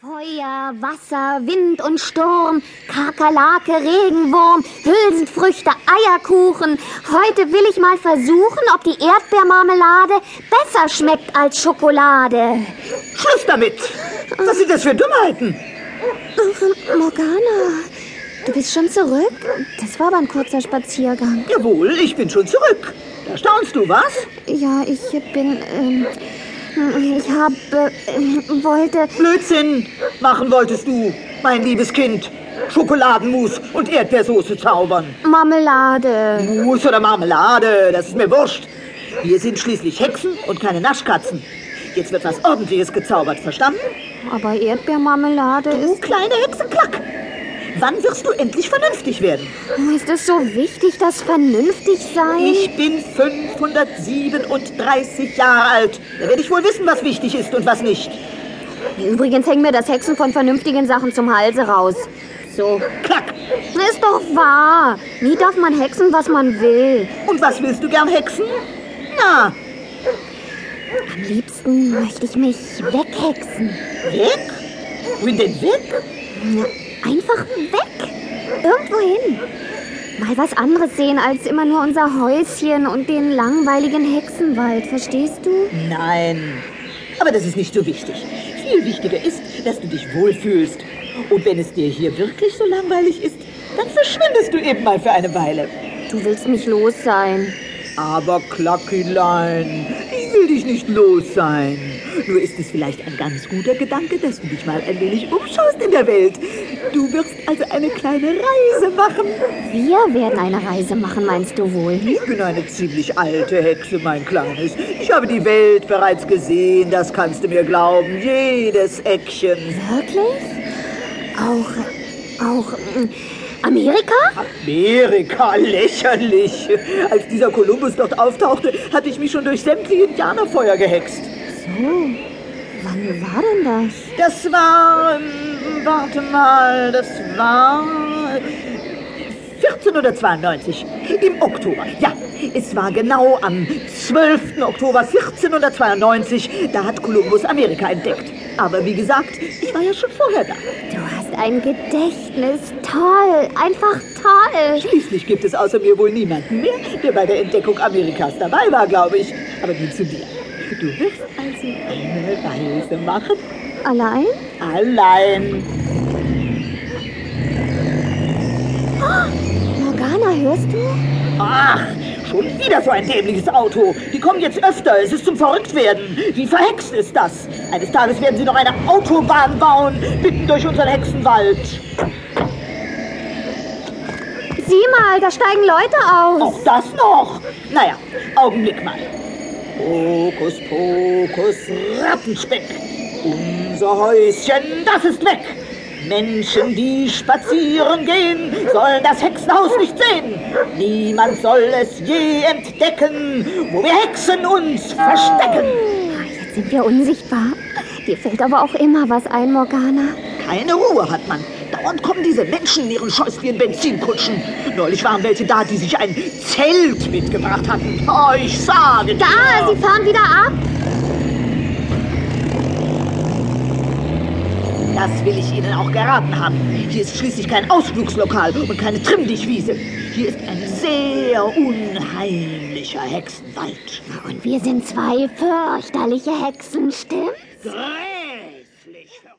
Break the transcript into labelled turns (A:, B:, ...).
A: Feuer, Wasser, Wind und Sturm, Kakerlake, Regenwurm, Hülsenfrüchte, Eierkuchen. Heute will ich mal versuchen, ob die Erdbeermarmelade besser schmeckt als Schokolade.
B: Schluss damit! Was sind das für Dummheiten?
A: Morgana, du bist schon zurück? Das war aber ein kurzer Spaziergang.
B: Jawohl, ich bin schon zurück. Da staunst du, was?
A: Ja, ich bin, ähm, ich habe, äh, wollte,
B: Blödsinn machen wolltest du, mein liebes Kind. Schokoladenmus und Erdbeersoße zaubern.
A: Marmelade.
B: Mousse oder Marmelade, das ist mir wurscht. Wir sind schließlich Hexen und keine Naschkatzen. Jetzt wird was Ordentliches gezaubert, verstanden?
A: Aber Erdbeermarmelade
B: Du
A: ist,
B: kleine Hexenklack. Wann wirst du endlich vernünftig werden?
A: ist es so wichtig, das vernünftig sein?
B: Ich bin 537 Jahre alt. Da werde ich wohl wissen, was wichtig ist und was nicht.
A: Übrigens hängen mir das Hexen von vernünftigen Sachen zum Halse raus. So.
B: Klack!
A: Ist doch wahr. Nie darf man hexen, was man will.
B: Und was willst du gern hexen? Na,
A: Am liebsten möchte ich mich weghexen.
B: weg? Wohin denn weg?
A: Ja, einfach weg. Irgendwohin. Mal was anderes sehen als immer nur unser Häuschen und den langweiligen Hexenwald, verstehst du?
B: Nein. Aber das ist nicht so wichtig. Viel wichtiger ist, dass du dich wohlfühlst. Und wenn es dir hier wirklich so langweilig ist, dann verschwindest du eben mal für eine Weile.
A: Du willst mich los sein.
B: Aber Klackilein, ich will dich nicht los sein. Nur ist es vielleicht ein ganz guter Gedanke, dass du dich mal ein wenig umschaust in der Welt. Du wirst also eine kleine Reise machen.
A: Wir werden eine Reise machen, meinst du wohl?
B: Ich bin eine ziemlich alte Hexe, mein Kleines. Ich habe die Welt bereits gesehen, das kannst du mir glauben. Jedes Eckchen.
A: Wirklich? Auch, auch ähm, Amerika?
B: Amerika, lächerlich. Als dieser Kolumbus dort auftauchte, hatte ich mich schon durch sämtliche Indianerfeuer gehext.
A: So, wann war denn das?
B: Das war. ähm, Warte mal, das war. 14 oder 92. Im Oktober. Ja, es war genau am 12. Oktober 1492. Da hat Kolumbus Amerika entdeckt. Aber wie gesagt, ich war ja schon vorher da.
A: Du hast ein Gedächtnis. Toll, einfach toll.
B: Schließlich gibt es außer mir wohl niemanden mehr, der bei der Entdeckung Amerikas dabei war, glaube ich. Aber nun zu dir. Du wirst also eine Reise machen.
A: Allein?
B: Allein.
A: Morgana, hörst du?
B: Ach, schon wieder so ein dämliches Auto. Die kommen jetzt öfter. Es ist zum Verrücktwerden. Wie verhext ist das? Eines Tages werden sie noch eine Autobahn bauen, mitten durch unseren Hexenwald.
A: Sieh mal, da steigen Leute aus.
B: Auch das noch. Naja, Augenblick mal. Hokus pokus Rattenspeck. Unser Häuschen, das ist weg. Menschen, die spazieren gehen, sollen das Hexenhaus nicht sehen. Niemand soll es je entdecken, wo wir Hexen uns verstecken.
A: Jetzt sind wir unsichtbar. Dir fällt aber auch immer was ein, Morgana.
B: Keine Ruhe hat man. Dauernd kommen diese Menschen in ihren scheußlichen Benzinkutschen. Neulich waren welche da, die sich ein Zelt mitgebracht hatten. Oh, ich sage dir.
A: Da, sie fahren wieder ab.
B: Das will ich Ihnen auch geraten haben. Hier ist schließlich kein Ausflugslokal und keine Trimmdichtwiese. Hier ist ein sehr unheimlicher Hexenwald.
A: Und wir sind zwei fürchterliche Hexen, stimmt?
B: Grrr.